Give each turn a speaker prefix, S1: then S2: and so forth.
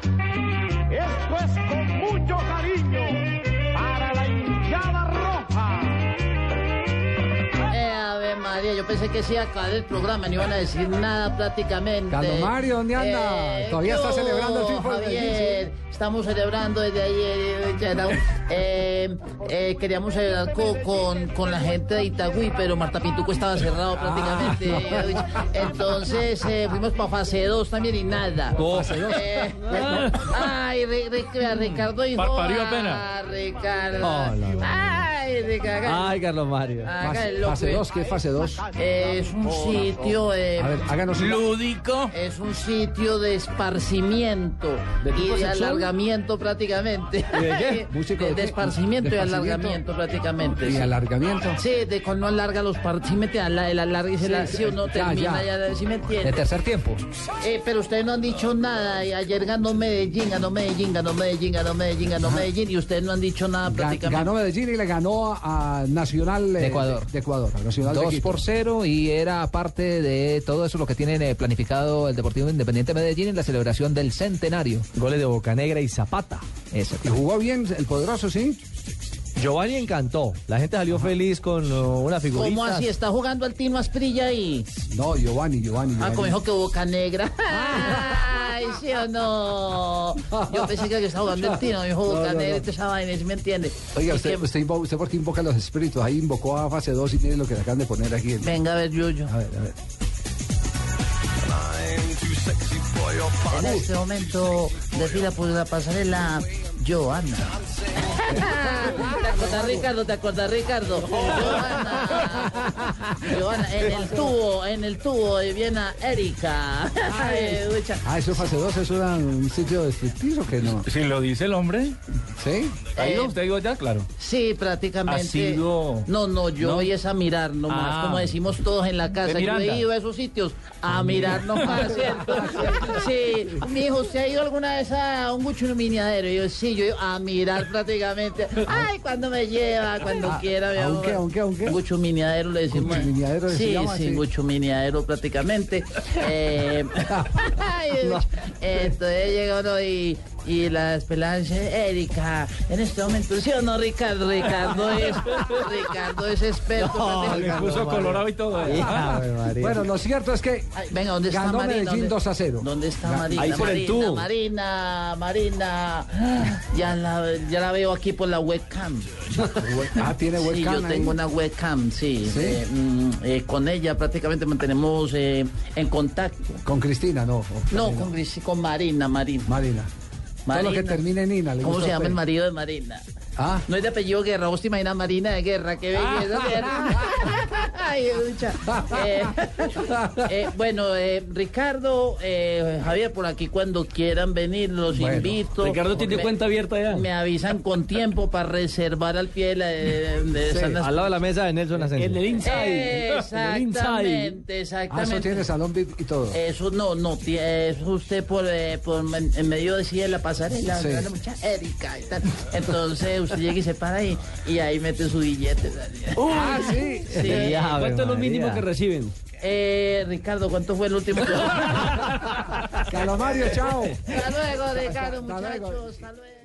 S1: Esto es con mucho cariño para la hinchada roja.
S2: Eh, Ave María, yo pensé que sí iba a acabar el programa, no iban a decir nada prácticamente.
S3: Carlos Mario, ¿dónde anda? Todavía está
S2: yo,
S3: celebrando el triunfo del
S2: Javier, estamos celebrando desde ayer. eh, ya era- eh, eh, queríamos celebrar co- con, con la gente de Itagüí, pero Marta Pintuco estaba cerrado
S3: Ah,
S2: prácticamente. eh, Entonces eh, fuimos para fase 2 también y nada. Eh, ay, re- re- a Ricardo y
S4: Parpadeó apenas.
S2: Ricardo.
S3: No, no, no.
S2: Ay, Ricardo.
S4: Ay, Carlos Mario.
S2: Haga
S3: Fase,
S2: el loco, eh.
S3: 2, ¿qué es fase 2? A
S2: Es un sitio, eh,
S3: ver, háganos un...
S4: Lúdico.
S2: es un sitio de esparcimiento
S3: ¿De
S2: y
S3: tipo
S2: de
S3: sexual?
S2: alargamiento prácticamente.
S3: qué? ¿Músico de
S2: de,
S3: qué?
S2: esparcimiento
S3: ¿De
S2: y
S3: esparcimiento?
S2: alargamiento prácticamente.
S3: Y
S2: sí.
S3: alargamiento.
S2: Sí, de cuando alarga los partidos, el alargue, se la, si uno
S3: ya,
S2: termina, ya,
S3: ya.
S2: si me entiende.
S3: De tercer tiempo.
S2: Eh, pero ustedes no han dicho nada. y Ayer ganó Medellín, ganó Medellín, ganó Medellín, ganó Medellín, ganó Medellín, y ustedes no han dicho nada
S3: Ga-
S2: prácticamente.
S3: Ganó Medellín y le ganó a Nacional eh,
S5: De Ecuador.
S3: De, Ecuador, a Nacional de
S5: 2
S3: Quito.
S5: por 0 y era parte de todo eso lo que tienen eh, planificado el Deportivo Independiente de Medellín en la celebración del centenario.
S4: Goles de Bocanegra y Zapata.
S5: Eso.
S3: Y jugó bien el poderoso, ¿sí?
S4: Giovanni encantó. La gente salió feliz con uh, una figurita.
S2: ¿Cómo así? ¿Está jugando al Tino Asprilla y...?
S3: No, Giovanni, Giovanni.
S2: Ah,
S3: Giovanni.
S2: como dijo que boca negra. Ay, sí o no. Yo pensé que estaba jugando el tino, dijo boca
S3: No, no, no.
S2: negra, esta esa vaina, ¿sí me entiende?
S3: Oiga,
S2: Y
S3: usted,
S2: que-
S3: usted, invo- usted por qué invoca a los espíritus. Ahí invocó a fase 2 y tiene lo que le acaban de poner aquí. el-
S2: Venga a ver, Yuyo.
S3: A ver, a ver.
S2: En este momento desfila por la pasarela Joana. ¿Te acordás, Ricardo? ¿Te acordás, Ricardo? Joana. Joana, en el tubo, en el tubo, y viene a Erika. Ay, mucha-
S3: Ah, eso es fase 2, eso era un sitio de striptease o qué no?
S4: Si lo dice el hombre.
S3: ¿Sí?
S4: ¿Ha ido?
S2: Eh,
S4: ¿Usted ha ido ya? Claro.
S2: Sí, prácticamente.
S4: ¿Ha sido?
S2: No, no, yo
S4: ¿No?
S2: voy es a mirar nomás,
S4: Ah.
S2: como decimos todos en la casa.
S4: ¿De
S2: Yo
S4: Miranda? Ah,
S2: he ido a esos sitios a mirar nomás, ¿cierto? Sí, mi hijo, ¿usted ha ido alguna vez a un guchurumineadero? Y Yo sí, yo he ido a mirar prácticamente. Ay, cuando me lleva, cuando
S4: Ah,
S2: quiera, mi
S3: ¿a un
S2: amor.
S3: qué, a un qué, a un qué?
S2: Guchumineadero le decimos.
S3: Guchumineadero se
S2: sí,
S3: llama,
S2: sí,
S3: sí.
S2: guchumineadero prácticamente. Eh, ay, entonces llega uno y, y la esperanza Erika, en este momento, ¿sí o no, Ricardo? Ricardo es, Ricardo es experto.
S4: Le
S2: prácticamente.
S4: puso colorado y todo. ¿eh?
S3: Ah, Bueno, lo cierto es que
S2: Ay, venga, ¿dónde está
S3: Ganó
S2: Marina?
S3: Medellín
S2: ¿Dónde-
S3: 2 a 0.
S2: ¿Dónde está
S3: Ahí
S2: Marina?
S4: por el
S2: Marina,
S4: tubo.
S2: Marina, Marina. Ya la, ya la veo aquí por la webcam.
S3: Ah, tiene
S2: Sí,
S3: webcam
S2: yo
S3: ahí.
S2: tengo una webcam, sí.
S3: ¿Sí?
S2: Eh, mm, eh, con ella prácticamente mantenemos eh, en contacto.
S3: Con Cristina, no.
S2: No, con, Gris- con Marina, Marina.
S3: Marina. Todo lo que
S2: Marina.
S3: termine en Ina. ¿le
S2: ¿Cómo
S3: gusta
S2: se
S3: a
S2: llama el
S3: usted?
S2: marido de Marina?
S3: Ah.
S2: No es de apellido Guerra, vos te imaginas Marina de Guerra, qué belleza. Ay, ducha. Eh,
S3: Ah,
S2: eh, bueno, eh, Ricardo, eh, Javier, por aquí cuando quieran venir, los
S3: Bueno,
S2: invito.
S4: Ricardo tiene
S2: Me-
S4: cuenta abierta ya.
S2: Me avisan con tiempo para reservar al pie de, la, de, de San As-
S4: Al lado de la mesa de Nelson Asensio. En el
S2: Exactamente,
S3: Ah, eso
S2: exactamente.
S3: tiene salón VIP y todo.
S2: Eso no, no, tía, eso usted por, eh, por men- en medio de sí de la pasarela,
S3: Sí.
S2: ¿verdad? mucha Erika y tal. Entonces usted llega y se para y, y ahí mete su billete. ¿sabes?
S3: ah, sí.
S2: Sí.
S4: ¿Cuánto es lo mínimo que reciben?
S2: Eh, Ricardo, ¿cuánto fue el último? que- hasta
S3: Calamario, chao.
S2: luego, Ricardo,
S3: Hasta luego.
S2: muchachos, hasta luego.